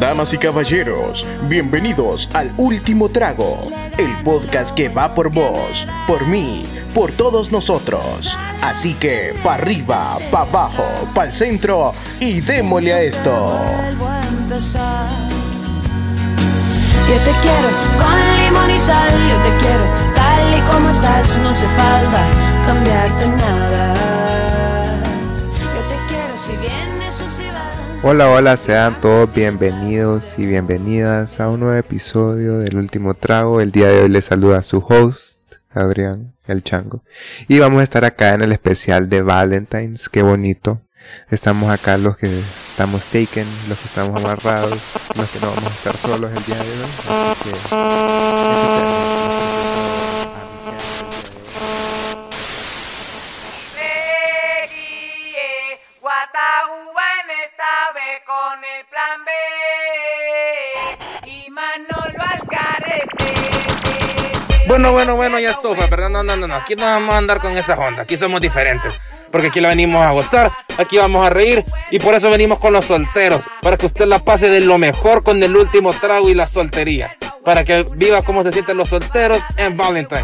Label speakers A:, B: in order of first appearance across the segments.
A: Damas y caballeros, bienvenidos al Último Trago, el podcast que va por vos, por mí, por todos nosotros. Así que, pa' arriba, pa' abajo, pa' el centro y démosle a esto.
B: Vuelvo a empezar. Yo te quiero con limón y sal, yo te quiero tal y como estás, no hace falta cambiarte nada. Yo te quiero si vienes o si vas.
C: Hola, hola, sean todos bienvenidos y bienvenidas a un nuevo episodio del último trago. El día de hoy les saluda su host, Adrián, el Chango. Y vamos a estar acá en el especial de Valentine's, qué bonito. Estamos acá los que estamos taken, los que estamos amarrados, los que no vamos a estar solos el día de hoy. Así que, empecemos.
D: serie. Guataúba en esta vez con el plan B. Y Manolo al carete.
E: Bueno, bueno, bueno, ya estufa, pero no, no, no, no. Aquí no vamos a andar con esas ondas. Aquí somos diferentes. Porque aquí la venimos a gozar, aquí vamos a reír. Y por eso venimos con los solteros. Para que usted la pase de lo mejor con el último trago y la soltería. Para que viva cómo se sienten los solteros en Valentine.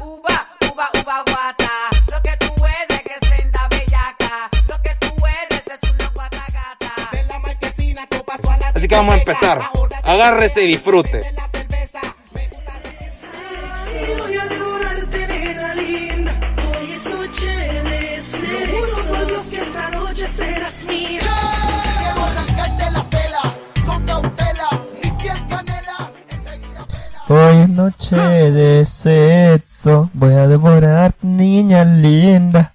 D: Uva, uva, uva, guata. Lo que tú eres que es senda bellaca. Lo que tú eres es una guatagata.
E: Así que vamos a empezar. Agárrese y disfrute.
F: Si voy a devorarte, nena linda. Hoy es noche de sexo. Juro por Dios que esta noche serás mía.
G: Quiero arrancarte la tela, con cautela, mi piel canela, enseguida vela.
H: Hoy es noche de sexo, voy a devorar niña linda.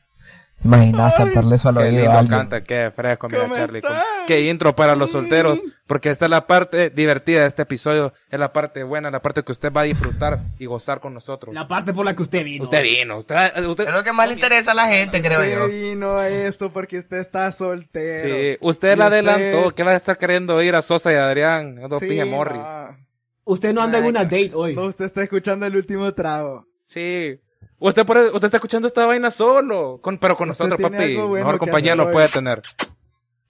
H: Imaginás cantarle eso al
E: Qué
H: oído
E: lindo
H: a alguien.
E: canta, qué fresco, mira Charlie. cómo- Qué intro para los solteros, porque esta es la parte divertida de este episodio, es la parte buena, la parte que usted va a disfrutar y gozar con nosotros.
I: La parte por la que usted vino.
E: Usted vino, usted, usted-
J: Es lo que más le interesa a la gente, creo
K: Usted
J: yo.
K: vino a esto porque usted está soltero.
E: Sí, usted la
K: Y usted-
E: adelantó, que va a estar queriendo ir a Sosa y Adrián, a dos
K: Sí,
E: pinches morris.
K: va.
I: Usted no anda en
K: Ay,
I: una
K: no.
I: date hoy.
K: No, usted está escuchando el último trago.
E: Sí. Usted, por- usted está escuchando esta vaina solo, con, pero con
K: Usted
E: nosotros,
K: tiene
E: papi.
K: algo bueno
E: Mejor
K: que
E: compañía
K: hacer
E: lo
K: hoy.
E: puede tener.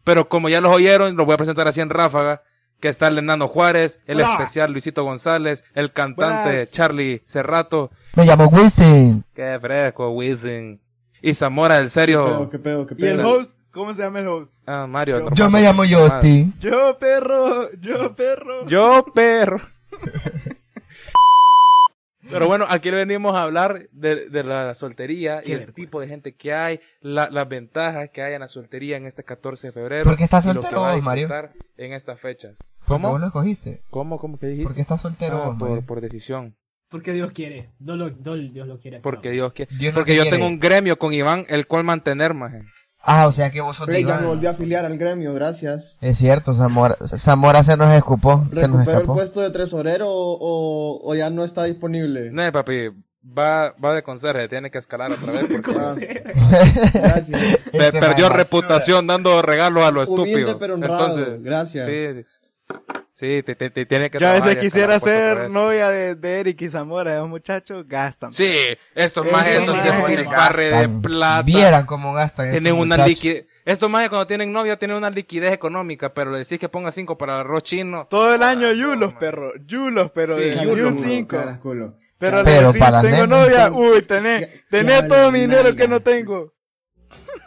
E: Pero como ya los oyeron, los voy a presentar así en ráfaga, que está el Hernando Juárez, el
I: Hola.
E: especial Luisito González, el cantante
K: Buenas.
E: Charlie Cerrato,
H: Me llamo Wisin.
E: Qué fresco, Wisin. Y Zamora, el serio.
K: ¿Y el host? ¿Cómo se llama el host?
E: Ah, Mario. no
H: Yo me llamo Justin.
K: Yo, perro. Yo, perro.
E: Yo, perro. Pero bueno, aquí venimos a hablar de, de la soltería y el tipo de gente que hay, la- las ventajas que hay en la soltería en este 14 de febrero.
H: ¿Por qué estás
E: y lo que
H: soltero
E: va a
H: vos, Mario?
E: disfrutar En estas fechas.
H: ¿Cómo? ¿Vos
E: ¿Cómo?
H: lo escogiste?
E: ¿Cómo? ¿Cómo que
H: Porque
E: dijiste?
H: estás soltero pues,
E: Ah,
H: vos, Mario?
E: por, por decisión.
I: Porque Dios quiere. No lo, no, Dios lo quiere. así,
E: Porque
I: no.
E: Dios que...
H: Dios no
E: Porque
H: te
E: yo
H: quiere.
E: tengo un gremio con Iván, el cual mantener, maje.
H: Ah, o sea que vos sos de
J: Ey, ya
H: Iván.
J: me volví a afiliar al gremio, gracias.
H: Es cierto, Zamora, Zamora se nos escupó, se nos
J: ¿Recupero el
H: escapó.
J: puesto de tesorero o, o- o ya no está disponible?
E: No, papi, va, va de conserje, tiene que escalar otra vez porque
J: Ah, gracias.
E: pe-
H: Este
E: perdió
H: man-
E: reputación dando regalos a lo estúpido.
J: Humilde pero honrado,
E: Entonces,
J: gracias.
E: Sí, sí te, te- te tiene que
K: Yo a
E: trabajar
K: veces
E: y
K: quisiera
E: escalar puesto otra
K: ser
E: vez.
K: novia de, de Eric y Zamora. Esos muchachos gastan.
E: Sí, estos
K: Eh,
E: más
K: esos
E: esos
K: majes
E: tienen
K: que
E: un farre de
H: Tan-
E: plata.
H: Vieran cómo gastan.
E: Tienen
K: este
H: estos
E: una
H: muchachos.
E: liquidez. Estos más cuando tienen novia tienen una liquidez económica, pero le decís que ponga cinco para el arroz chino.
K: Todo el año yulos, perro. Yulos, pero
E: Sí,
K: de
E: yulos,
K: Yul
E: mano,
K: 5.
J: Carasculo.
K: Pero le
H: Pero
K: decís,
H: para
K: tengo
H: nenas,
K: novia.
J: tengo-
K: Uy, tenés,
J: Ya-
K: tenés
J: ya
K: todo
J: vale
K: mi dinero
J: nalga.
K: que no tengo.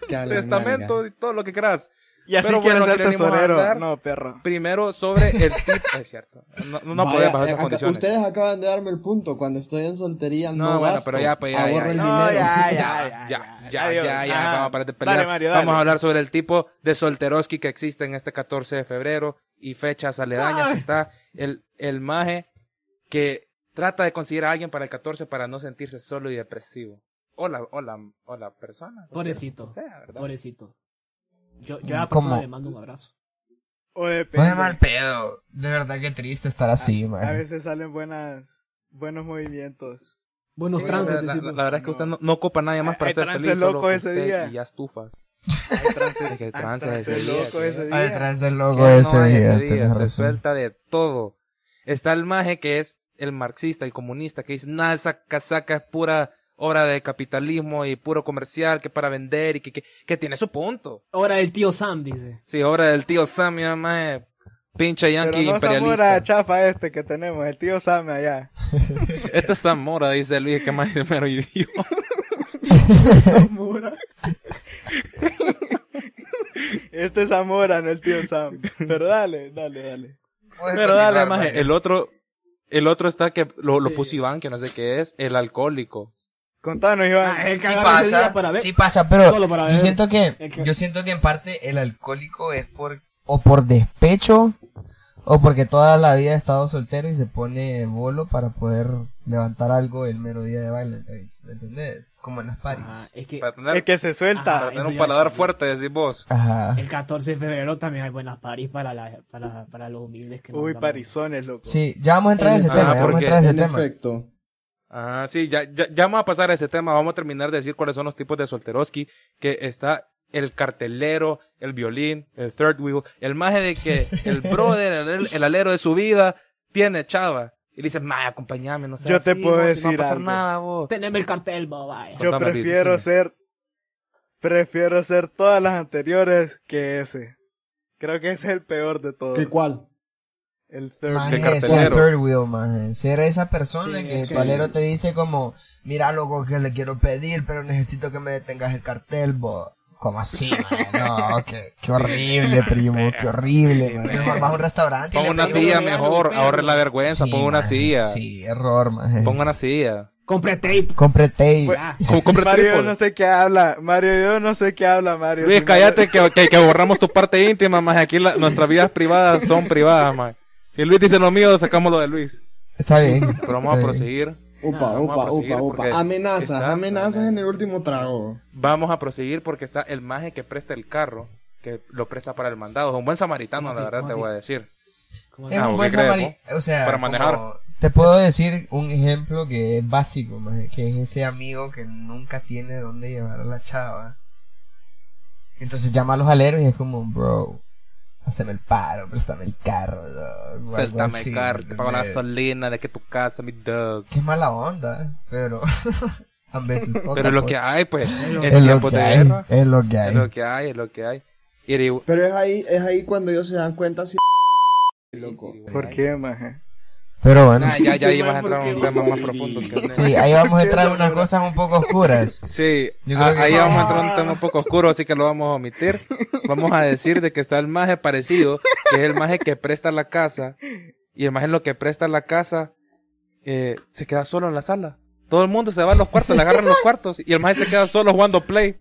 J: Que a la
E: Testamento
J: nalga.
E: y todo lo que quieras.
K: Y así
E: Pero
K: quiero
E: bueno,
K: ser
E: aquí venimos a
K: tesorero.
E: hablar
K: No, perro.
E: Primero sobre el tip. es cierto. No, no podés
J: Vaya,
E: bajo
J: eh,
E: esas
J: acá-
E: condiciones.
J: ustedes acaban de darme el punto. Cuando estoy en soltería no,
E: No, bueno,
J: gasto,
E: pero ya, pues, ya,
J: ahorro
E: ya,
J: el
E: ya.
K: No,
J: dinero.
E: ya,
K: ya, ya,
E: ya, ya,
K: Adiós.
E: ya, ya,
K: Ajá.
E: vamos a parar de pelear.
K: Dale, Mario,
E: Vamos a
K: dale.
E: hablar sobre el tipo de solteroski que existe en este 14 de febrero y fechas aledañas. que Está el, el maje que trata de conseguir a alguien para el 14 para no sentirse solo y depresivo. Hola, hola, hola, persona. lo que
I: Pobrecito.
E: sea, ¿verdad?
I: Pobrecito. Yo, yo a la
H: ¿Cómo?
I: persona le mando un abrazo.
K: O
H: No
K: depende.
H: es mal pedo. De verdad que triste estar así, man.
K: A veces salen buenas, buenos movimientos.
I: Buenos
E: Sí,
I: trances.
E: la, la-
I: decimos.
E: la verdad es que usted no, no ocupa nadie más para
K: Hay
E: ser
K: trance
E: feliz. solo
K: loco ese
E: usted
K: día.
E: Y ya estufas.
K: Hay trance,
E: Es que
K: hay
E: trance
K: Ah, trance
E: ese día,
K: loco
E: sí.
K: ese
C: Ah,
H: Ay,
K: día.
H: traes el
E: que
H: logo
E: no hay
H: ese día.
E: ese día,
H: tenés
E: se
H: razón.
E: suelta de todo. Está el maje que es el marxista, el comunista, que dice, nada, esa casaca es pura obra de capitalismo y puro comercial, que para vender y que, que, que tiene su punto.
I: Ahora el tío Sam dice.
E: Sí, obra del tío Sam, mi mamá, eh, Pinche yankee
K: Pero no Zamora
E: imperialista.
K: chafa este que tenemos, el tío Sam allá.
E: Este es Zamora, dice Luis, que más mero idiota.
K: Zamora. este es Zamora, no el tío Sam. Pero dale, dale, dale.
E: Pero dale, maje, el otro, el otro está que lo, lo puso Iván, que no sé qué es, el alcohólico.
K: Contanos, Iván.
I: el
J: sí pasa, sí pasa,
I: Solo para
J: pero yo
I: ver.
J: siento que yo siento que en parte el alcohólico es por o por despecho o porque toda la vida ha estado soltero y se pone bolo para poder levantar algo el mero día de baile, entonces, ¿me ¿entendés? Como en las paris.
I: Ah, es que,
K: el que se suelta.
E: para tener
I: eso
E: un
I: ya
E: paladar
I: decidí.
E: fuerte, decís vos.
J: Ajá.
I: El 14 de febrero también hay buenas paris para, la- para, para los humildes que no
K: Uy,
I: andan-
K: parizones, loco.
J: Sí, ya vamos a entrar en ese tema, ya vamos a entrar en ese tema.
E: Ajá, Ah, sí, ya, ya, ya vamos a pasar a ese tema. Vamos a terminar de decir cuáles son los tipos de solteroski. Que está el cartelero, el violín, el third wheel, el maje de que el brother, el, el alero de su vida, tiene chava. Y le dices, ma, acompáñame, no sé.
K: Yo te puedo decir
E: no va a pasar
K: algo.
E: nada, vos.
I: Teneme el cartel, boba. eh.
K: Yo
E: Contame, Luis,
K: prefiero
E: decime.
K: ser. Prefiero ser todas las anteriores que ese. Creo que ese es el peor de todos.
D: ¿Qué cuál?
K: El third
J: Maje,
K: wheel.
J: ser third wheel, maje. Ser esa persona
K: Sí,
J: que
K: sí.
J: el palero te dice como, mira loco que le quiero pedir, pero necesito que me detengas el cartel, bo. Como así, maje. No, qué, qué horrible, primo, qué horrible, maje. Mejor vas a un restaurante. y
E: Pongo
J: le
E: una
J: pedís-
E: silla mejor, ahorre la vergüenza,
J: Sí,
E: pongo una
J: maje,
E: silla.
J: Sí, error, maje.
E: Pongo una silla.
I: Compré tape.
J: Compré tape.
K: Mario, yo no sé qué habla. Mario, yo no sé qué habla, Mario.
E: Luis,
K: Si
E: cállate que, que, que borramos tu parte íntima, más aquí la- nuestras vidas privadas son privadas, más. Si Luis dice lo mío, sacamos lo de Luis.
J: Está bien.
E: Pero vamos a
J: Está bien.
E: proseguir.
D: Upa,
E: Vamos a
D: upa,
E: proseguir
D: upa,
E: pues porque
D: upa. Amenazas,
E: está-
D: amenazas en el último trago.
E: Vamos a proseguir porque está el maje que presta el carro, que lo presta para el mandado. Es un buen samaritano, la
J: ¿Cómo así?
E: verdad,
J: ¿Cómo
E: te
J: así?
E: voy a decir.
J: Es
E: Ah,
J: un
E: ¿vos
J: buen
E: qué crees,
J: samari-
E: vos?
J: o sea,
E: para manejar.
J: como- Te puedo decir un ejemplo que es básico, maje, que es ese amigo que nunca tiene dónde llevar a la chava. Entonces llama a los aleros y es como, bro, haceme el paro, préstame el carro, dog", o algo
E: Suéltame
J: así,
E: el carro, te pago la
J: ¿entendés?
E: gasolina de que tu casa, mi dog.
J: Qué mala onda, pero... a veces toca,
E: Pero lo
J: pues.
E: que hay, pues,
J: lo
E: en
J: que
E: tiempos de
J: hay,
E: guerra.
J: es lo que hay.
E: Es lo que hay, es lo que hay. Y de-
D: Pero es ahí, es ahí cuando ellos se dan cuenta si. Loco.
K: ¿Por qué, maje?
J: Pero bueno.
E: Nah, ya, ya, ahí vas a entrar en un tema más profundo. que-
J: Sí, ahí vamos a entrar en unas cosas un poco oscuras.
E: Sí,
J: Yo
E: a-
J: creo que-
E: ahí vamos a entrar
D: Ah.
E: en un tema un poco oscuro, así que lo vamos a omitir. Vamos a decir de que está el maje parecido, que es el maje que presta la casa, y el maje en lo que presta la casa eh, se queda solo en la sala. Todo el mundo se va a los cuartos, le agarran los cuartos, y el maje se queda solo jugando play.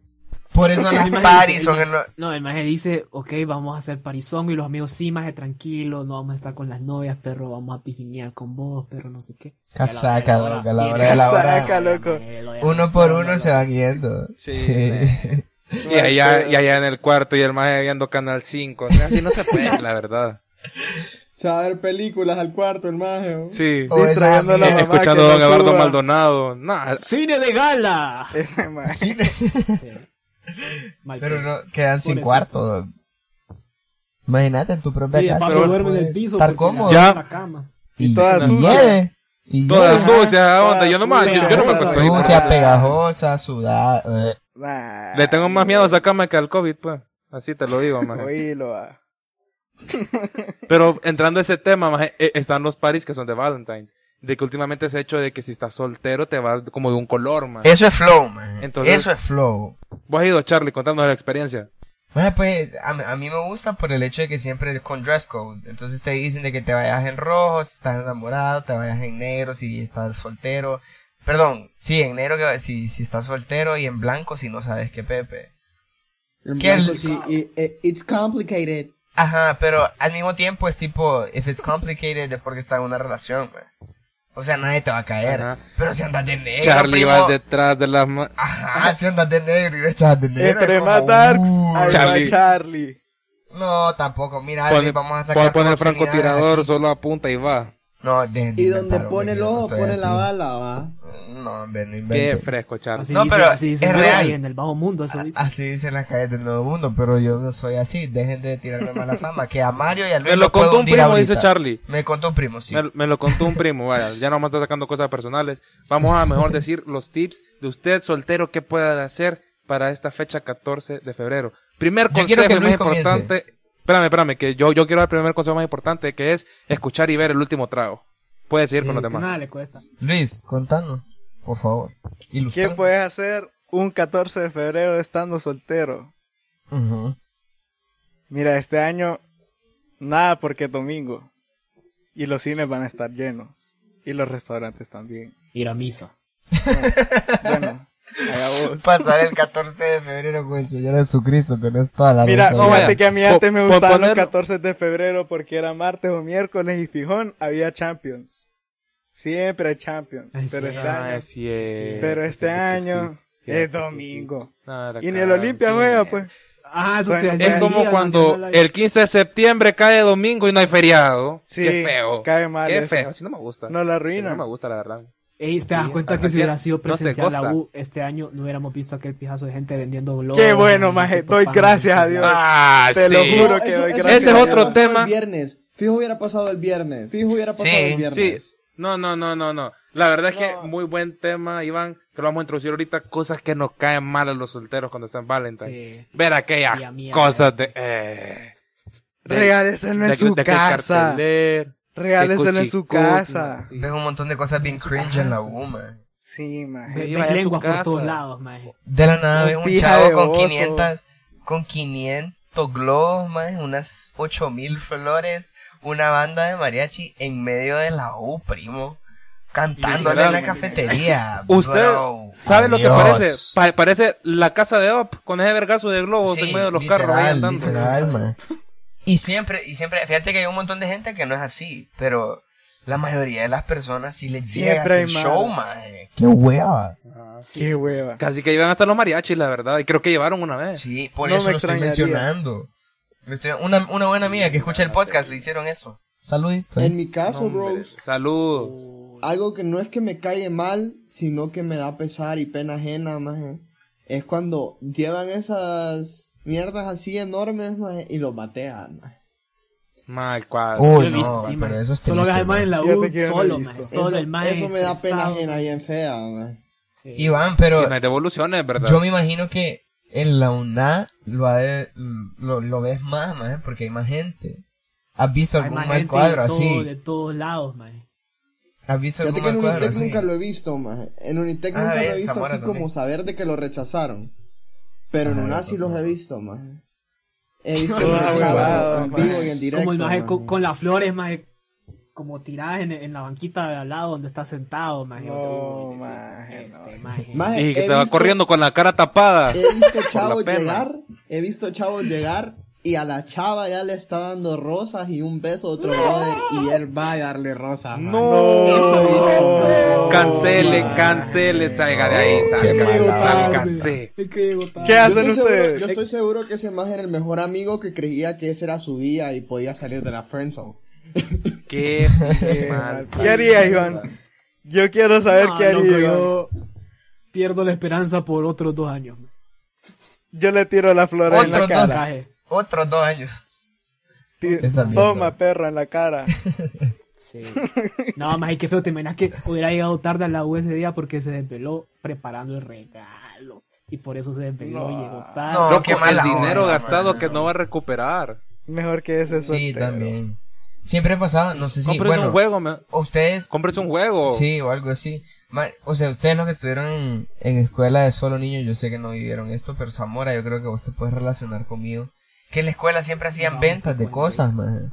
J: Por eso
I: El
J: las
I: maje
J: paris
I: dice-
J: son el...
I: No, el maje dice, ok, vamos a hacer parizón y los amigos, sí, maje, tranquilo, no vamos a estar con las novias, perro, vamos a pijinear con vos, perro, no sé qué.
J: Casaca, loco, a la hora de la hora. Eh,
K: Casaca, loco.
J: Uno por uno se van yendo. Sí.
E: Y allá, y allá en el cuarto, y el maje viendo Canal 5. Así no se puede, la verdad.
D: Se va a ver películas al cuarto, el maje. ¿no?
E: Sí.
D: O Distrayendo a la mamá
E: Escuchando
D: que
E: a don
D: no
E: Eduardo
D: suba.
E: Maldonado. Nah,
I: ¡Cine de gala!
K: Ese maje.
J: Pero no, quedan sin cuarto. dog. Imagínate en tu propia
I: Sí, de
J: casa.
I: paso duerme en el
J: puedes
I: piso
J: estar
I: porque la-
J: cómodo.
I: Ya. la cama.
J: Y,
I: Y toda
J: y
I: sucia.
J: lleve, y
E: Toda
J: lleve.
E: sucia, onda, yo nomás- yo- yo no me
J: Toda
E: acostumbré.
J: Sucia, pegajosa, sudada. eh.
E: Le tengo más miedo a esa cama que al COVID, pues. Así te lo digo, maje.
K: Oílo, ah.
E: Pero entrando a ese tema, maje, eh, están los paris que son de Valentine's. De que últimamente se ha hecho de que si estás soltero te vas como de un color, man.
J: Eso es flow, man.
E: Entonces,
J: Eso es flow.
E: Vos has ido, Charlie, contándonos la experiencia.
J: Maje, pues, a, mí- a mí me gusta por el hecho de que siempre es con dress code. Entonces te dicen de que te vayas en rojo si estás enamorado, te vayas en negro si estás soltero. Perdón, sí, en negro que- si, si estás soltero y en blanco si no sabes qué pepe.
D: En
J: Que el-
D: blanco, sí, y- y- it's complicated.
J: Ajá, pero al mismo tiempo es tipo, if it's complicated es porque está en una relación, güey. O sea, nadie te va a caer.
E: Ajá.
J: Pero si andas de negro,
E: Charlie
J: primo,
E: va detrás de las ma-
J: Ajá, si andas de negro y ves chas de negro.
K: Entre
J: es como,
K: más darks,
D: uh,
K: ahí va
E: Charlie.
K: Charlie.
J: No, tampoco, mira,
E: Pone-
J: Alex, vamos a
E: pone-
J: sacar
E: pone el
J: obscenidades.
E: francotirador, solo apunta y va.
J: No, de,
D: Y donde pone el ojo,
J: soy
D: pone
J: así.
D: la bala, va.
J: No, hombre, no
E: Qué
J: inventes.
E: fresco, Charlie.
J: no, pero es
I: Nadie
J: real.
I: En el bajo mundo, eso dice.
J: Así dicen las calles del Nuevo Mundo, pero yo no soy así. Dejen de tirarme mala fama. Que a Mario y a Luis
E: Me lo
J: los puedo
E: contó un
J: hundir
E: primo,
J: ahorita.
E: dice Charlie.
J: Me contó un primo, sí.
E: Me, me lo contó un primo, vaya, ya no me está sacando cosas personales. Vamos a mejor decir los tips de usted soltero que pueda hacer para esta fecha 14 de febrero. Primer
J: Yo quiero
E: consejo
J: que
E: y más
J: Luis comience.
E: importante, Espérame, espérame, que yo, yo quiero dar el primer consejo más importante, que es escuchar y ver el último trago. Puedes seguir con los
J: ah,
E: demás.
I: le cuesta.
J: Luis, contanos, por favor.
K: ¿Qué puedes hacer un 14 de febrero estando soltero? Mira, este año nada porque es domingo. Y los cines van a estar llenos. Y los restaurantes también.
I: Ir a misa.
K: Bueno, allá vos.
J: Pasar el 14 de febrero con el Señor Jesucristo, tenés toda la
K: Mira,
J: razón.
K: fíjate que a mí antes me
J: Po-
K: gustaban los
J: poner-
K: 14 de febrero porque era martes o miércoles y fijón había Champions. Siempre hay Champions.
E: Ay,
K: pero
E: sí.
K: este
E: Ah,
K: año,
E: es cierto,
K: pero este
E: fíjate que
K: año
E: sí, fíjate
K: es
E: que sí.
K: domingo.
E: Ah, la
K: y ni el
E: cara,
K: Olimpia
E: sí.
K: juega, pues.
I: Ah,
K: eso te
E: Es como cuando el 15 de septiembre cae domingo y no hay feriado.
K: Sí,
E: Qué feo.
K: cae mal
E: Qué
K: eso.
E: feo. Así no me gusta.
K: No,
E: arruina.
K: la arruinan.
E: no me gusta, la verdad.
I: Ey, te das
E: Sí,
I: cuenta que
E: así
I: si hubiera
E: es.
I: sido
E: No se
I: presencial la
E: goza.
I: U este año, no hubiéramos visto aquel pijazo de gente vendiendo globos.
K: Qué bueno, maje.
I: más
K: Doy gracias a Dios.
E: Ah,
K: Te lo
E: sí.
K: juro que
D: Eso-
K: doy
D: eso
K: gracias.
D: hubiera pasado El viernes. Fijo hubiera pasado el viernes. Fijo hubiera pasado el viernes.
E: sí. No, no, no, no, no. La verdad es que muy buen tema, Iván, que lo vamos a introducir ahorita. Cosas que nos caen mal a los solteros cuando están Valentine. Ver aquellas cosas de... Eh,
K: Regáleselo en su casa. Regáleselo en su casa.
J: Ves un montón de cosas bien cringe en la U, man.
K: Sí, maje.
I: Sí, Ves lenguas por todos lados, maje.
J: De la nada ves un
K: Pija
J: chavo
K: de
J: con
K: oso.
J: 500, con 500 globos, más unas 8000 flores, una banda de mariachi en medio de la U, primo, cantándole en la cafetería.
E: Usted
J: bro.
E: sabe lo que
J: Adiós.
E: parece. Pa- parece la casa de Op con ese vergazo de globos
J: Sí,
E: en medio de los
J: literal,
E: carros ahí andando.
J: literal, man. Y siempre, y siempre, fíjate que hay un montón de gente que no es así, pero la mayoría de las personas sí les
K: Siempre
J: llega
K: hay
J: ese
K: más.
J: show, man. Qué hueva.
K: Qué hueva.
E: Casi que iban hasta los mariachis, la verdad. Y creo que llevaron una vez.
J: Sí, Por eso lo estoy mencionando. Me estoy- una, una buena amiga que escucha el podcast le hicieron eso.
D: Saludito. En mi caso, bros,
E: Salud.
D: algo que no es que me cae mal, sino que me da pesar y pena ajena, maje, es cuando llevan esas mierdas así enormes, maje, y los batean, maje.
E: Mal cuadro.
J: Uy, Yo he no, visto, sí, pero man. eso es
I: Solo ves al man en la U,
D: Fíjate que yo no
I: solo,
D: he
I: maje,
D: visto.
I: solo
D: Eso-
I: el man
D: Eso me da pena
I: estresado.
D: ajena bien fea, maje.
J: Iván, pero-
E: Y no hay devoluciones, ¿verdad?
J: Yo me imagino que en la UNA lo, ha de- lo, lo ves más, maje, porque hay más gente. ¿Has visto
I: Hay
J: algún
I: más
J: mal
I: gente
J: cuadro
I: de, todo-
J: así?
I: de todos lados, maje.
J: ¿Has visto
D: Fíjate
J: algún
D: que en
J: mal cuadro
D: Unitec
J: así?
D: nunca lo he visto, maje. En Unitec
J: Ah,
D: nunca
J: en
D: lo he visto
J: Zamora
D: así
J: también. Ah,
D: como saber de que lo rechazaron. Pero en UNA sí los he visto, maje. He visto el
I: Ah,
D: rechazo
I: huevada,
D: en
I: maje.
D: vivo y en directo.
I: Como el maje
D: maje.
I: con, con las flores, maje, como tiradas en, en la banquita de al lado donde está sentado, maje. No, maje, este, maje.
D: Maje,
E: Y que
D: he
E: se va
D: visto-
E: corriendo con la cara tapada.
D: He visto
E: Por
D: chavos
E: la pena.
D: llegar, he visto chavos llegar y a la chava ya le está dando rosas y un beso a otro brother y él va a darle rosas. man. Eso he visto. man.
E: Cancele, cancele, salga de ahí, salga, sálgase.
D: Yo estoy seguro- yo
K: Eh,
D: estoy seguro que ese más era el mejor amigo que creía que ese era su día y podía salir de la friendzone.
E: Qué
D: Qué
E: mal.
K: ¿Qué haría, Iván? Yo quiero saber
I: No,
K: qué haría.
I: loco,
K: Iván.
I: yo pierdo la esperanza por otros dos años. maje.
K: Yo le tiro la flor en la
I: Otros dos.
K: cara.
J: Otros dos años.
K: Ti-
J: Esa mierda.
K: Toma, perro, en la cara.
I: Sí. No, maje, qué feo. Te imaginas que hubiera llegado tarde a la U ese día porque se desveló preparando el regalo. Y por eso se desveló y llegó tarde.
E: Loco, el dinero gastado que no va a recuperar.
K: Mejor que ese
J: Sí, también. Siempre pasaba, no sé si...
E: Cómprese
J: bueno,
E: un juego, man.
J: Ustedes...
E: Cómprese un juego.
J: Sí, o algo así. Ma- o sea, ustedes los que estuvieron en, en escuela de solo niños, yo sé que no vivieron esto, pero Zamora, yo creo que vos te puedes relacionar conmigo. Que en la escuela siempre hacían ventas de cosas, maje.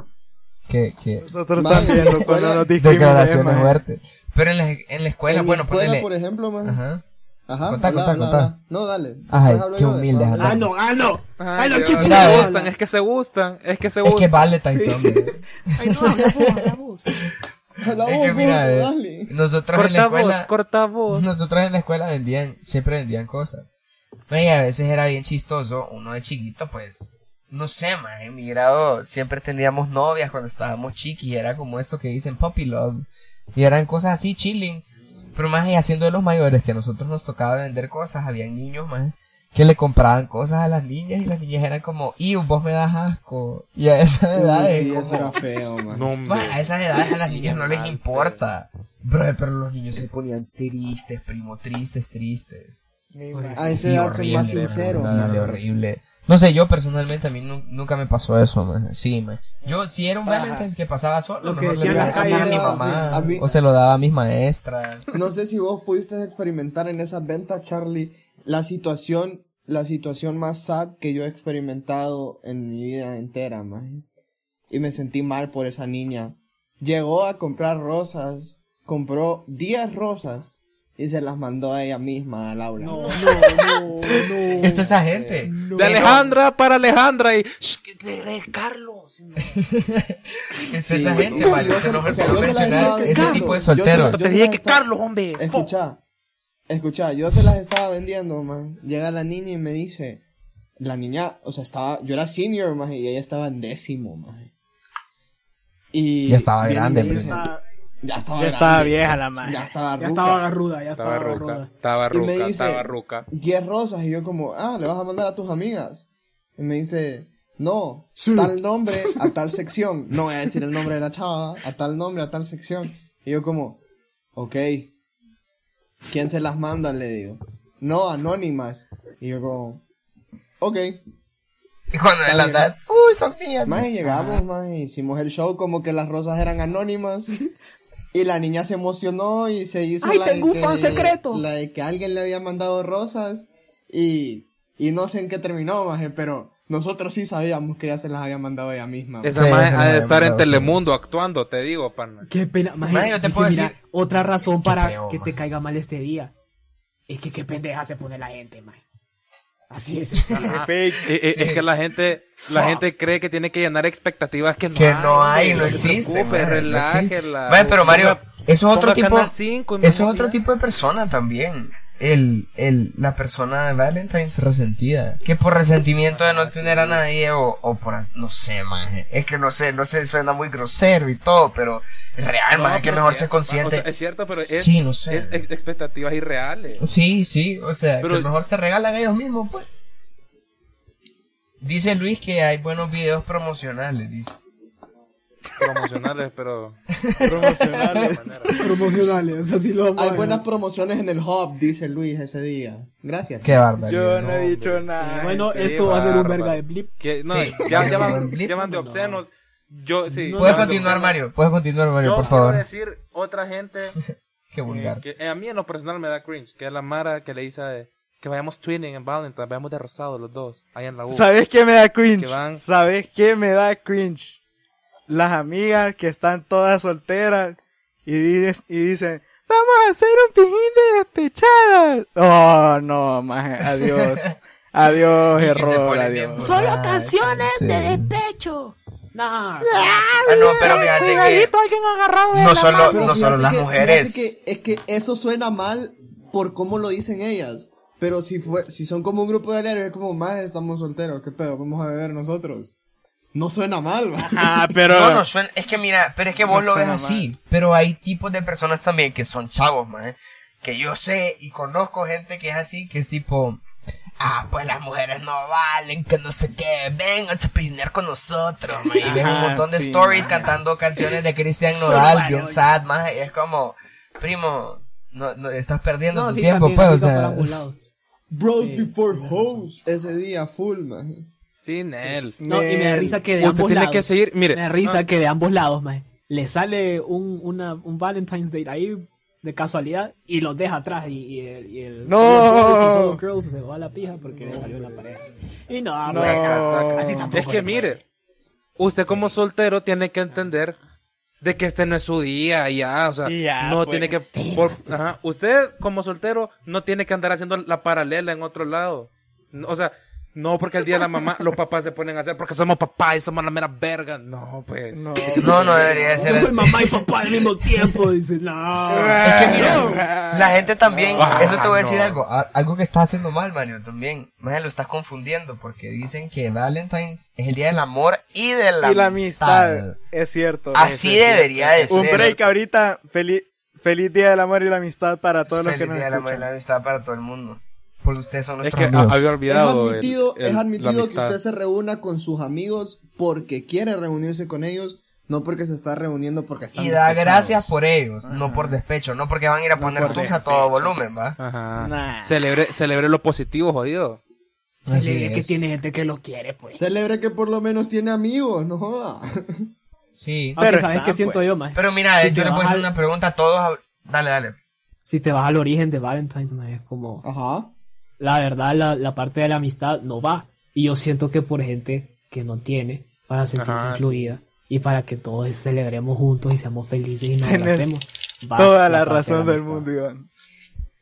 J: Que, que...
K: Nosotros también, loco, no nos discriminen,
J: Declaraciones
K: maje.
J: fuertes. Pero en la, en la escuela,
D: eh. En mi
J: bueno,
D: escuela,
J: ponele-
D: por ejemplo, man.
J: Ajá.
D: Ajá.
J: Contá,
D: habla,
J: contá,
D: habla,
J: contá.
D: habla. No, dale.
J: Ay,
D: Después hablo
J: qué
D: yo,
J: humilde,
D: después hablo
J: Ah,
D: yo.
J: no,
I: ah, no.
E: Ay, Dios,
J: chiste,
E: se
J: Iván.
E: gustan, es que se gustan, es que se
J: Es
E: gustan.
J: que vale, Taitón.
D: Habla
J: Es que
D: vos,
J: mira,
D: vos,
J: eh,
D: dale.
J: nosotros en
E: Corta
J: la escuela,
E: voz, corta voz.
J: Nosotros en la escuela vendían, siempre vendían cosas. No, Y a veces era bien chistoso, uno de chiquito, pues, no sé, más en mi grado siempre teníamos novias cuando estábamos chiquis, era como esto que dicen puppy love, y eran cosas así chilling. Pero más y haciendo de los mayores que a nosotros nos tocaba vender cosas, habían niños más que le compraban cosas a las niñas y las niñas eran como, y vos me das asco. Y a esa edad
D: Uy,
J: es
D: sí,
J: como-
D: eso era feo, man.
E: No,
J: Ma, a esas edades a las niñas no les importa. Bro, pero los niños se ponían tristes, primo, tristes, tristes.
D: A esa edad son más sinceros, maje.
J: horrible. No sé, yo personalmente a mí nu- nunca me pasó eso, man. Sí, man. Yo si era un
D: Ajá.
J: Valentine's que pasaba solo,
D: Lo que
J: mejor le
D: decían
J: daba
D: las calles.
J: a mi mamá. O se lo daba a mis maestras.
D: No sé si vos pudiste experimentar en esas ventas, Charlie, la situación, la situación más sad que yo he experimentado en mi vida entera, maje. Y me sentí mal por esa niña. Llegó a comprar rosas, compró 10 rosas y se las mandó a ella misma, a Laura. No,
I: no, no, no.
J: Esta es esa gente.
E: De Alejandra para Alejandra y.
J: Carlos. es esa
D: Sí,
J: gente,
D: yo
J: man.
D: se-
J: Ese no
D: o
J: me
D: sea, yo se las
J: puede mencionar
D: estaba
J: Ese
D: vendiendo.
J: tipo de
D: Yo se las-
J: solteros.
D: yo se las estaba- Escucha, escucha, yo se las estaba vendiendo, man. Llega la niña y me dice, la niña, o sea, estaba, yo era senior, man, y ella estaba en décimo, man. Y
J: Ya estaba
D: viene y me
J: grande,
D: dice,
J: pues.
D: ya estaba,
K: Ya estaba
D: grande,
K: vieja
D: ya-
K: la madre.
D: Ya estaba
K: Ya
D: ruca.
K: estaba agarruda, ya Estaba estaba ruca, agarruda.
E: estaba
D: Y me
E: ruca,
D: dice,
E: estaba ruca.
D: 10 rosas y yo como, ah, le vas a mandar a tus amigas. Y me dice, no, tal nombre a tal sección. No voy a decir el nombre de la chava, a tal nombre a tal sección. Y yo como, ok, ¿quién se las manda? Le digo, no, anónimas. Y yo como, ok.
J: Y cuando
D: le
J: las das, uy, son mías.
D: Más llegamos, más hicimos el show como que las rosas eran anónimas. Y la niña se emocionó y se hizo
I: ¡Ay,
D: la de
I: tengo un
D: que-
I: fan secreto!
D: La de que alguien le había mandado rosas y, y no sé en qué terminó, maje, pero nosotros sí sabíamos que ella se las había mandado ella misma.
E: Esa
D: maje.
E: maje
I: esa
E: ha de
I: maje
E: estar en
I: mandaba
E: Telemundo actuando, te digo, pana.
I: Qué pena, maje,
E: Maje, yo te
I: es que
E: puedo
I: mira,
E: decir-
I: otra razón
E: Qué
I: para
E: feo,
I: que
E: maje.
I: te caiga mal este día. Es que qué pendeja se pone la gente, man. Así es. es-
E: Ajá.
I: ajá.
E: Eh, eh, Es
I: Sí.
E: que la gente, la
I: Fuck.
E: gente cree que tiene que llenar expectativas que no
J: Que
E: hay.
J: no hay, no
E: se
J: existe.
E: preocupe,
J: man, no existe.
E: relájela.
J: Man, pero Mario,
E: Ponga-
J: eso es otro
E: ponga
J: tipo.
E: Canal 5 y
J: Eso es
E: mejor
J: otro
E: ya.
J: tipo de persona también. El, el, la persona de Valentine's resentida. Que por resentimiento de no tener a nadie o, o por, as- no sé, maje. Es que no sé, no sé, suena muy grosero y todo, pero es real,
E: No,
J: maje, que
E: pero
J: mejor
E: es
J: se
E: cierto,
J: consciente.
E: o sea, es cierto, pero es,
J: Sí, no sé.
E: es ex- expectativas irreales.
J: Sí, sí, o sea,
E: Pero-
J: que mejor se regalan ellos mismos, pues. Dice Luis que hay buenos videos promocionales, dice.
E: Promocionales, pero.
D: Promocionales.
I: Promocionales, así lo vamos a
D: Hay
I: ver.
D: buenas promociones en el hub, dice Luis ese día. Gracias.
J: Qué bárbaro.
K: Yo no he
E: hombre.
K: dicho nada.
I: Eh, bueno,
E: Qué
I: esto va a ser un
E: bárbaro.
I: verga de blip.
E: Que, no,
J: Sí.
E: ya, ya
J: ¿Un
E: van,
J: blip?
E: ya van de obscenos. Yo, sí, ya
J: Puedes
E: van de
J: continuar,
E: obscenos.
J: Mario. Puedes continuar, Mario,
E: Yo
J: por
E: quiero
J: favor.
E: decir otra gente
J: Qué vulgar.
E: que eh, a mí en lo personal me da cringe, que es la Mara que le dice eh, que vayamos twinning en Valentine, vayamos de rosado los dos, ahí en la U.
J: Uh.
K: ¿Sabes qué me da cringe?
E: Que van-
K: ¿Sabes qué me da cringe? Las amigas que están todas solteras y, dices- y dicen, vamos a hacer un pijín de despechadas. Oh, no, maje, adiós. adiós,
J: Y que se
K: error,
J: ponen bien
K: adiós.
J: Solo
I: canciones
J: sí.
I: de despecho. Nah.
J: Ah, no, pero fíjate que
I: alguien agarrado
J: no solo,
D: Pero
J: no
D: fíjate
J: solo las
D: que-
J: mujeres.
D: fíjate que- es que eso suena mal por cómo lo dicen ellas. Pero si fue, si son como un grupo de aleros, es como, más estamos solteros, qué pedo, vamos a beber nosotros. No suena mal, va.
K: Ah, pero...
J: No, no suena, es que mira, pero es que vos
K: No
J: lo ves
K: suena
J: así, pero hay tipos de personas también que son chavos, man, que yo sé y conozco gente que es así, que es tipo, ah, pues las mujeres no valen, que no sé qué, vengan a pinar con nosotros, man, y ves un
K: Ajá,
J: montón de
K: sí,
J: stories
K: man.
J: cantando canciones de Cristian
I: Solo
J: Nodal,
I: varones.
J: bien sad, man, y es como, primo, no, no estás perdiendo
I: No,
J: tu
I: sí,
J: tiempo,
I: también.
J: pues, o
I: ahorita por
J: sea,
I: ambos lados.
D: Bros before hoes ese día full, man.
E: Sin él.
I: No, y
K: eh,
I: me da risa que de
E: Usted
I: ambos
E: tiene
I: lados.
E: que seguir, mire.
I: Me da risa
E: no.
I: que de ambos lados, maje. Le sale un, una, un Valentine's Day ahí de casualidad y los deja atrás. Y, y el, y el
K: No.
I: solo boys y solo girls se va a la pija porque le salió la pareja. Y no,
K: No.
I: maje,
K: Saca.
I: así tampoco.
E: Es que mire, usted como soltero tiene que entender de que este no es su día y ya, o sea,
K: Y ya,
E: no
K: pues.
E: tiene que por- ajá, usted como soltero no tiene que andar haciendo la paralela en otro lado. No, O sea, no porque el día de la mamá los papás se ponen a hacer porque somos papás y somos la mera verga. No, pues.
K: No,
J: no, no debería de ser
I: Yo soy
J: así.
I: mamá y papá al mismo tiempo. Dice, no.
J: Es que mira, la gente también,
E: Ah,
J: eso te voy a decir
E: no.
J: algo, a- algo que estás haciendo mal, Mario, también. Mario, lo estás confundiendo porque dicen que Valentine's es el día del amor y de la,
K: y la amistad. Es cierto.
J: Así
K: es cierto.
J: debería de
K: Un
J: ser.
K: break ahorita. Feliz, feliz Día del Amor y la Amistad para todos los
J: Feliz
K: que nos
J: día del amor y la
K: escuchan.
J: amistad para todo el mundo. Porque ustedes son
E: Es
J: nuestros
E: que a-
J: amigos.
E: había olvidado.
D: es
E: el-
D: admitido,
E: el-
D: es
E: la
D: admitido que
E: amistad.
D: usted se reúna con sus amigos porque quiere reunirse con ellos, No porque se está reuniendo porque están
J: Y da
D: despechados.
J: gracias por ellos, no por despecho, no porque van a ir a poner
D: por
J: tus a
D: despecho.
J: todo volumen, ¿va?
E: Ajá.
I: Nah.
E: Celebre, celebre lo positivo, jodido.
I: Celebre que tiene gente que los quiere, pues.
D: Celebre que por lo menos tiene amigos, no joda.
J: Sí.
I: Aunque Pero ¿sabes están, qué siento pues. yo, maje?
J: Pero mira,
I: Si
J: eh, yo
I: te
J: le puedo
I: vas
J: hacer
I: al-
J: una pregunta a todos. a- Dale, dale.
I: Si te vas al origen de Valentine, ma, es como.
D: Ajá.
I: La verdad, la, la parte de la amistad no va. Y yo siento que por gente que no tiene, para sentirse
E: Ajá, sí.
I: incluida. Y para que todos celebremos juntos y seamos felices y nos
K: Tienes
I: abracemos. va
K: Toda la,
I: parte de
K: razón del
I: amistad.
K: mundo, Iván.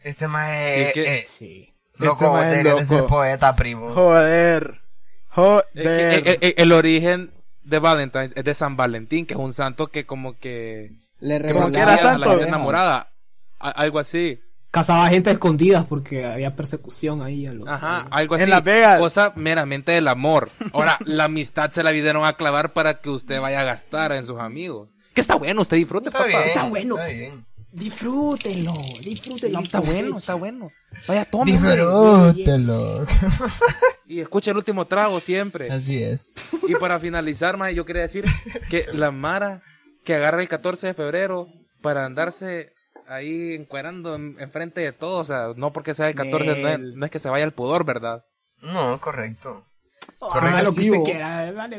J: Este más es.
K: Sí, es que-
J: eh,
K: Este
J: Loco, vos
K: man es
J: deberías de ser
K: loco. Oh,
J: poeta, primo.
K: Joder.
E: Es
J: Eh,
E: que
K: Joder.
E: el, el- el origen de Valentine es de San Valentín, que es un santo que como que...
D: Le
E: como
D: regalaron
E: que era santo. A la gente
D: orejas.
E: enamorada. A- algo así.
I: Cazaba gente a escondidas porque había persecución ahí. A lo-
E: Ajá, algo así.
I: En Las Vegas.
E: Cosa meramente del amor. Ahora, la amistad se la vinieron a clavar para que usted vaya a gastar en sus amigos. Que está bueno, usted disfrute, papá.
I: Está bueno. Disfrútenlo, disfrútenlo.
E: Está bueno, está bueno. Vaya, tome.
J: Disfrútelo.
E: Y escucha el último trago siempre.
J: Así es.
E: Y para finalizar, mae, yo quería decir que la Mara que agarra el 14 de febrero para andarse ahí encuerando en, enfrente de todos, o sea, no porque sea el 14, no es,
J: Nel.
E: no es que se vaya al pudor, ¿verdad?
J: No, correcto.
I: Ah,
E: Correcto.
J: sí, vos.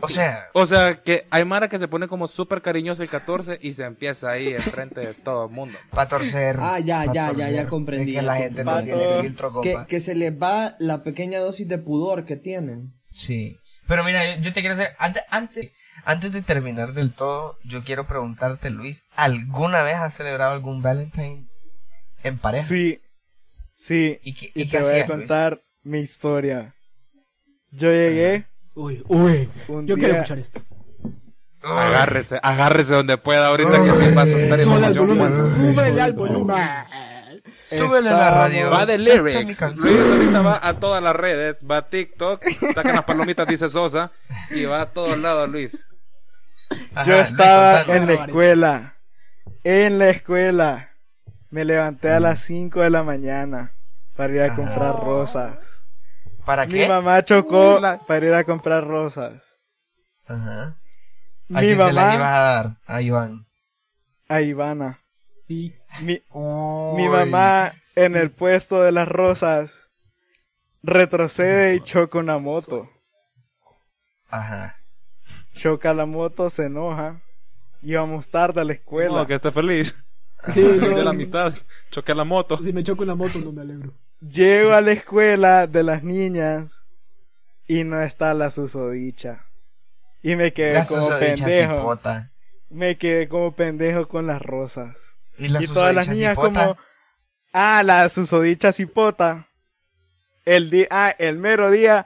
J: O sea,
E: O sea, que hay Mara que se pone como súper cariñosa el 14 y se empieza ahí enfrente de todo el mundo.
J: para torcer.
D: Ah, ya, ya,
J: pa'
D: ya,
J: torcer.
D: ya comprendí.
J: Es que
D: ya
J: la gente no
D: comprendí.
J: tiene filtro,
D: que,
J: compa.
D: que se les va la pequeña dosis de pudor que tienen.
J: Sí. Pero mira, yo, yo te quiero hacer. Antes, antes, antes de terminar del todo, yo quiero preguntarte, Luis, ¿alguna vez has celebrado algún Valentine en pareja?
K: Sí. Sí.
J: eh. ¿Y qué-
K: Y,
J: y qué
K: te voy a
J: hacías, Luis?
K: contar mi historia. Yo llegué.
I: Uy, uy.
K: Un
I: Yo quiero
K: día-
I: escuchar esto.
E: Agárrese, agárrese donde pueda ahorita que me va a soltar
I: Súbele al
E: información.
I: volumen, súbele al volumen.
J: Súbele la radio.
E: Va de
J: Esta mi
E: lyrics.
J: canción.
E: Luis ahorita va a todas las redes, va a TikTok, sacan las palomitas, dice Sosa, y va a todos lados, Luis.
J: Ah,
K: Yo estaba en la escuela. En la escuela. Me levanté a las 5 de la mañana para ir a comprar rosas.
J: ¿Para
K: Mi
J: qué?
K: mamá chocó para ir a comprar rosas.
J: Ajá. ¿A
K: Mi
J: quién se las ibas
K: mamá
J: a dar? A Iván.
K: a Ivana. Mi, mi
J: Uy.
K: mamá en el puesto de las rosas retrocede y choca una moto.
J: Ajá.
K: Choca la moto, se enoja. Y vamos tarde a la escuela.
E: No, que esté feliz.
K: Sí,
E: de
K: no.
E: la amistad. Choqué la moto.
I: Si me choco la moto, no me alegro.
K: Llego a la escuela de las niñas y no está la susodicha. Y me quedé
J: La
K: como
J: susodicha
K: pendejo.
J: cipota.
K: Me quedé como pendejo con las rosas.
J: ¿Y la
K: todas las
J: susodicha
K: niñas
J: cipota?
K: como ah, la susodicha cipota. El día ah, el mero día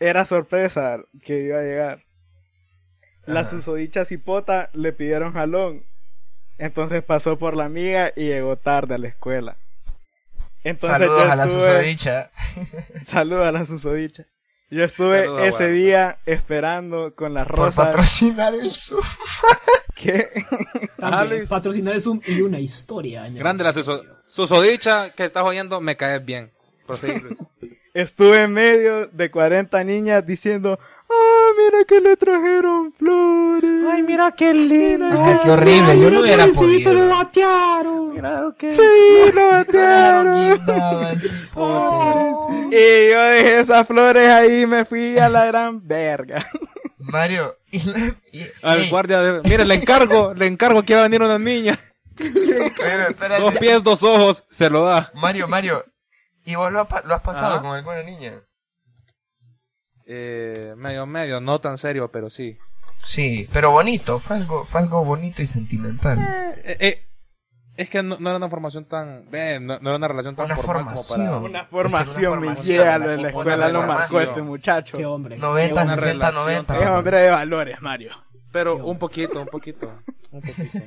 K: era sorpresa que iba a llegar. La
J: Ajá.
K: susodicha cipota le pidieron jalón. Entonces pasó por la amiga y llegó tarde a la escuela. Entonces
J: Saludos
K: yo
J: a la
K: estuve-
J: susodicha.
K: Saludos a la susodicha. Yo estuve
J: Saludos,
K: ese
J: Guadalupe.
K: día esperando con las
J: Por
K: rosas.
J: patrocinar el Zoom.
K: ¿Qué?
I: También,
E: Luis.
I: patrocinar el Zoom y una historia. en el-
E: Grande la suso- susodicha que estás oyendo, me caes bien. Proseguí, Luis.
K: Estuve en medio de 40 niñas diciendo, ¡Ah, mira que le trajeron flores! ¡Ay, mira qué lindo!
J: Ah, qué horrible, yo no hubiera podido.
K: batearon! ¡Sí, lo batearon! y yo dejé esas flores ahí y me fui a la gran verga.
J: Mario, y la- y-
E: Al guardia de. Mire, le encargo, le encargo que va a venir una niña.
J: Pero, espérate.
E: Dos pies, dos ojos, se lo da.
J: Mario, Mario, ¿y vos lo, has pa- lo has pasado
E: Ajá.
J: con alguna niña?
E: Eh, medio, medio, no tan serio, pero sí.
J: Sí, pero bonito, fue algo, fue algo bonito y sentimental.
E: Eh, eh, es que no, no era una formación tan. eh, no, no era una relación tan
J: Una
E: formal como
J: formación.
E: para.
K: Una formación me
J: formación,
K: llega
J: una
K: de la
J: formación.
K: escuela, lo marcó
J: Formación.
K: este muchacho. Qué
I: hombre.
J: 90,
E: Una
J: 60,
E: relación
J: 90.
K: Es hombre de valores, Mario.
E: Pero un poquito, un poquito. Un poquito.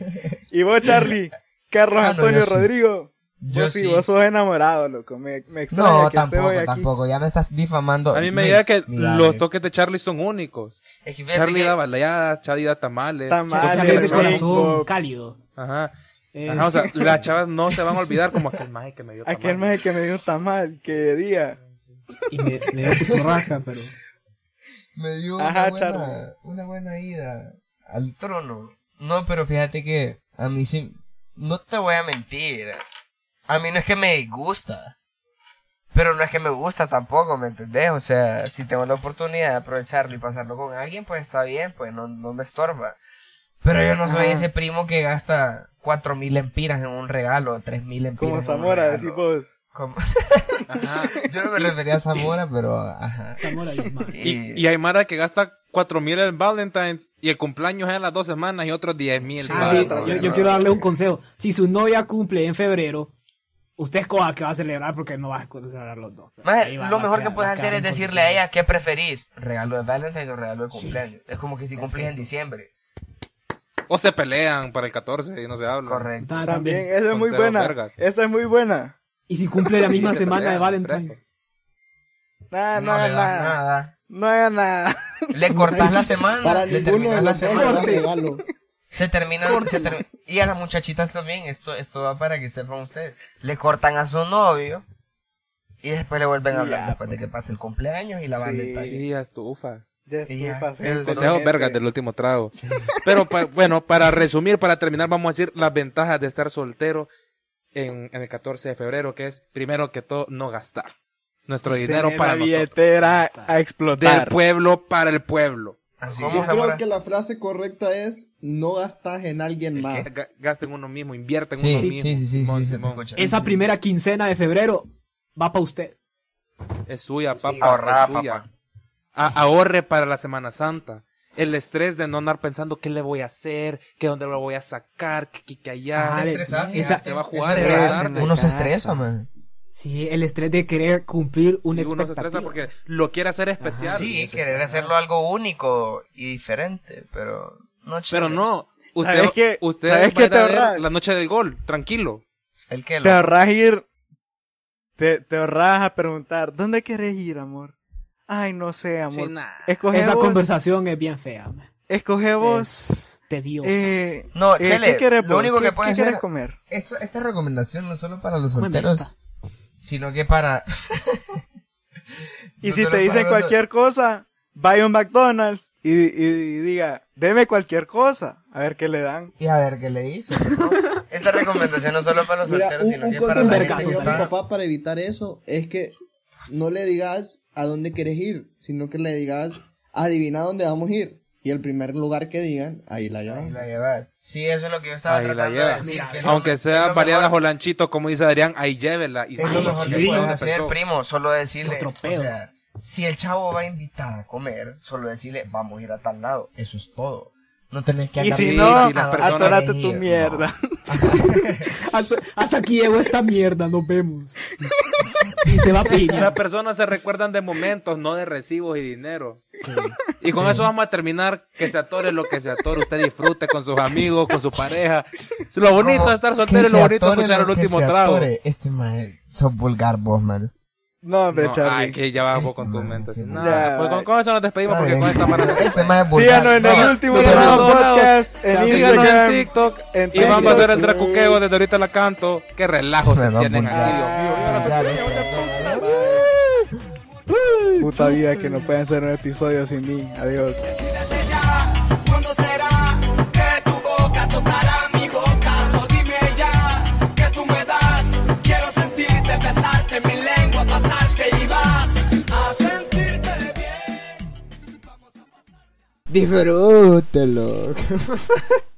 K: Y vos, Charlie, Carlos
J: Ah, no,
K: Antonio
J: yo sí.
K: Rodrigo.
J: Yo
K: vos sí,
J: sí.
K: vos sos enamorado, loco. Me, me extraña
J: No,
K: que estés hoy
J: tampoco,
K: aquí.
J: tampoco, ya me estás difamando.
E: A mí me
J: Luis,
E: llega que
J: mira,
E: los
J: Luis.
E: toques de Charlie son únicos.
J: Es que fíjate
E: Charlie
J: que-
E: da baleadas, Charlie da tamales.
K: Tamales,
E: cosas que las
K: Rick
E: chavas-
K: Box.
I: Corazón cálido.
E: Ajá.
I: Eh.
E: Ajá, o sea, las chavas no se van a olvidar como aquel maje que me dio
K: Aquel
E: tamales.
K: maje que me dio tan mal, que día.
I: Y me, me dio puturraca, pero.
J: Me dio
K: Ajá,
J: una,
K: Charlie.
J: buena, una buena ida al trono. No, pero fíjate que a mí sí. No te voy a mentir. A mí no es que me disgusta. Pero no es que me gusta tampoco, ¿me entendés? O sea, si tengo la oportunidad de aprovecharlo y pasarlo con alguien, pues está bien, pues no, no me estorba. Pero yo no soy
K: Ajá.
J: ese primo que gasta 4.000 empiras en un regalo, 3.000 empiras. en
K: Como
J: un
K: Zamora,
J: regalo.
K: decís vos.
J: Yo no me refería a Zamora, pero. Ajá.
I: Zamora y Osmar.
E: Y, y hay Mara que gasta 4 mil en Valentine's y el cumpleaños es en las dos semanas y otros 10 mil.
I: Ah, sí, yo, yo quiero darle un consejo. Si su novia cumple en febrero, usted es coja que va a celebrar porque no va a celebrar los dos.
J: Maje,
I: Ahí va
J: lo
I: la
J: mejor
I: cara-
J: que puedes
I: la
J: hacer
I: cara
J: es decirle a ella qué preferís, regalo de Valentine o regalo de cumpleaños. Es como que si cumplís en diciembre.
E: O se pelean para el 14 y no se habla.
J: Correcto.
I: Ah,
K: También, esa es muy buena. Esa es muy buena.
I: Y si cumple la misma semana de Valentine.
K: Nah, Ah, no,
I: No
K: haga
I: le
K: nada.
I: das
K: No haga nada.
J: Le cortás la semana. le terminás Ah, la semana. Se termina.
K: Corte.
J: se termi- y a las muchachitas también, esto, esto va para que sepan ustedes. Le cortan a su novio y después le vuelven a hablar
E: Ya,
J: después de que pase el cumpleaños y la Valentine.
E: Sí, ya estufas.
K: Ya
J: estufas,
E: El
K: este.
E: consejo vergas del último trago. Pero pa- bueno, para resumir, para terminar, vamos a decir las ventajas de estar soltero en, en el 14 de febrero, que es, primero que todo, no gastar. Nuestro dinero
K: Tener
E: para
K: la
E: nosotros.
K: billetera a
E: Del
K: explotar.
E: pueblo para el pueblo.
D: Yo creo que la frase correcta es no gastas en alguien más.
E: Eh, Gasten uno mismo, invierten
J: Sí, uno sí, mismo. sí, sí, sí, Simón, sí, se Simón. te escucha.
I: Esa primera quincena de febrero va para usted.
E: Es suya, papá.
J: Ahorrá,
E: es suya. A- ahorre para la Semana Santa. El estrés de no andar pensando qué le voy a hacer, qué dónde lo voy a sacar, que, que, que allá.
I: Ah,
E: Te
I: esa-
E: te va a jugar.
I: esa-
E: te va a
I: esa-
E: dar de
I: uno se
E: casa.
I: estresa, man. Sí, el estrés de querer cumplir una
E: Sí, uno se
I: expectativa.
E: estresa porque lo quiere hacer especial.
J: Sí, querer hacerlo algo único y diferente, pero no
E: Pero no, usted,
J: ¿Sabes qué?
E: usted
J: ¿Sabes
E: va
J: qué
E: a ir
J: te
E: a ver
J: ahorras?
E: la noche del gol, tranquilo.
J: El que
K: Te ahorras ir. Te, te ahorras a preguntar, ¿dónde querés ir, amor? Ay, no sé,
I: Sí,
K: amor.
I: nah.
K: Escoge
I: Esa
K: vos.
I: conversación es bien fea. man.
K: Escoge vos.
I: Es tediosa.
K: Eh,
J: No,
K: eh,
J: Chele,
K: ¿qué querés,
J: lo
K: vos?
J: único
K: ¿Qué-
J: que puede
K: qué
J: hacer
K: querés comer?
J: Esto, esta recomendación no solo para los
K: Come
J: solteros, sino que para...
K: Y
J: No
K: si
J: solo
K: te
J: para
K: dicen
J: los-
K: cualquier cosa, vaya a un McDonald's y, y- y diga, deme cualquier cosa. A ver qué le dan.
J: Y a ver qué le dice. Esta recomendación no solo para los
D: Mira,
J: solteros,
D: un,
J: sino
D: un
J: que para
D: consejo
J: la
D: que me
J: gente que
D: dio mi
J: está...
D: papá para evitar eso es que no le digas a dónde quieres ir, sino que le digas adivina dónde vamos a ir. Y el primer lugar que digan, ahí la llevas.
J: La llevas. Sí, eso es lo que yo estaba
E: Ahí la
J: tratando de
E: lleva.
J: decir. que no-
E: Aunque sea variada o lanchito, como dice Adrián, ahí llévela. Y
J: Es lo mejor que
E: Sí,
J: puedes
E: me
J: hacer,
E: pensó.
J: primo. Solo decirle.
E: Otro
J: o
E: pedo.
J: sea, si el chavo va a invitar a comer, solo decirle, vamos a ir a tal lado. Eso es todo. No tenés que
K: Y
J: andar
K: si
J: de-
K: no,
J: Sí, las personas-
K: atórate
J: No.
K: tu mierda.
I: hasta, hasta aquí llegó esta mierda, nos vemos. Y se va a piña.
E: Las personas se recuerdan de momentos, no de recibos y dinero. Y con
L: Sí.
E: eso vamos a terminar. Que se atore lo que se atore. Usted disfrute con sus amigos, con su pareja. Lo bonito
J: No,
E: es estar
J: que
E: soltero y
J: se
E: lo bonito es
J: atore
E: escuchar el
J: lo que
E: último
J: se
E: trago.
J: atore. Este mae, sos vulgar vos, man.
K: No,
E: No, ay, que ya bajo con tu mente. así, nada.
J: Ya,
E: Pues con, con eso nos despedimos porque con esta mano.
J: Este mae es vulgar.
K: Síganos en
J: No,
K: el último
J: síganos
K: Trago
J: en todos lados.
K: podcast, en
E: Síganos
K: Instagram,
E: en TikTok.
K: en
E: y vamos a hacer el
K: Facebook.
E: tracuqueo. Desde ahorita la canto. Qué relajo se tienen aquí, Dios mío.
K: Puta vida que no pueden hacer un episodio sin mí. Adiós.
G: ¿Cuándo será que tu boca tocará mi boca? So dime ya que tú me das. Quiero sentirte, besarte, mi lengua pasarte y vas a sentirte bien.
J: Disfrútelo.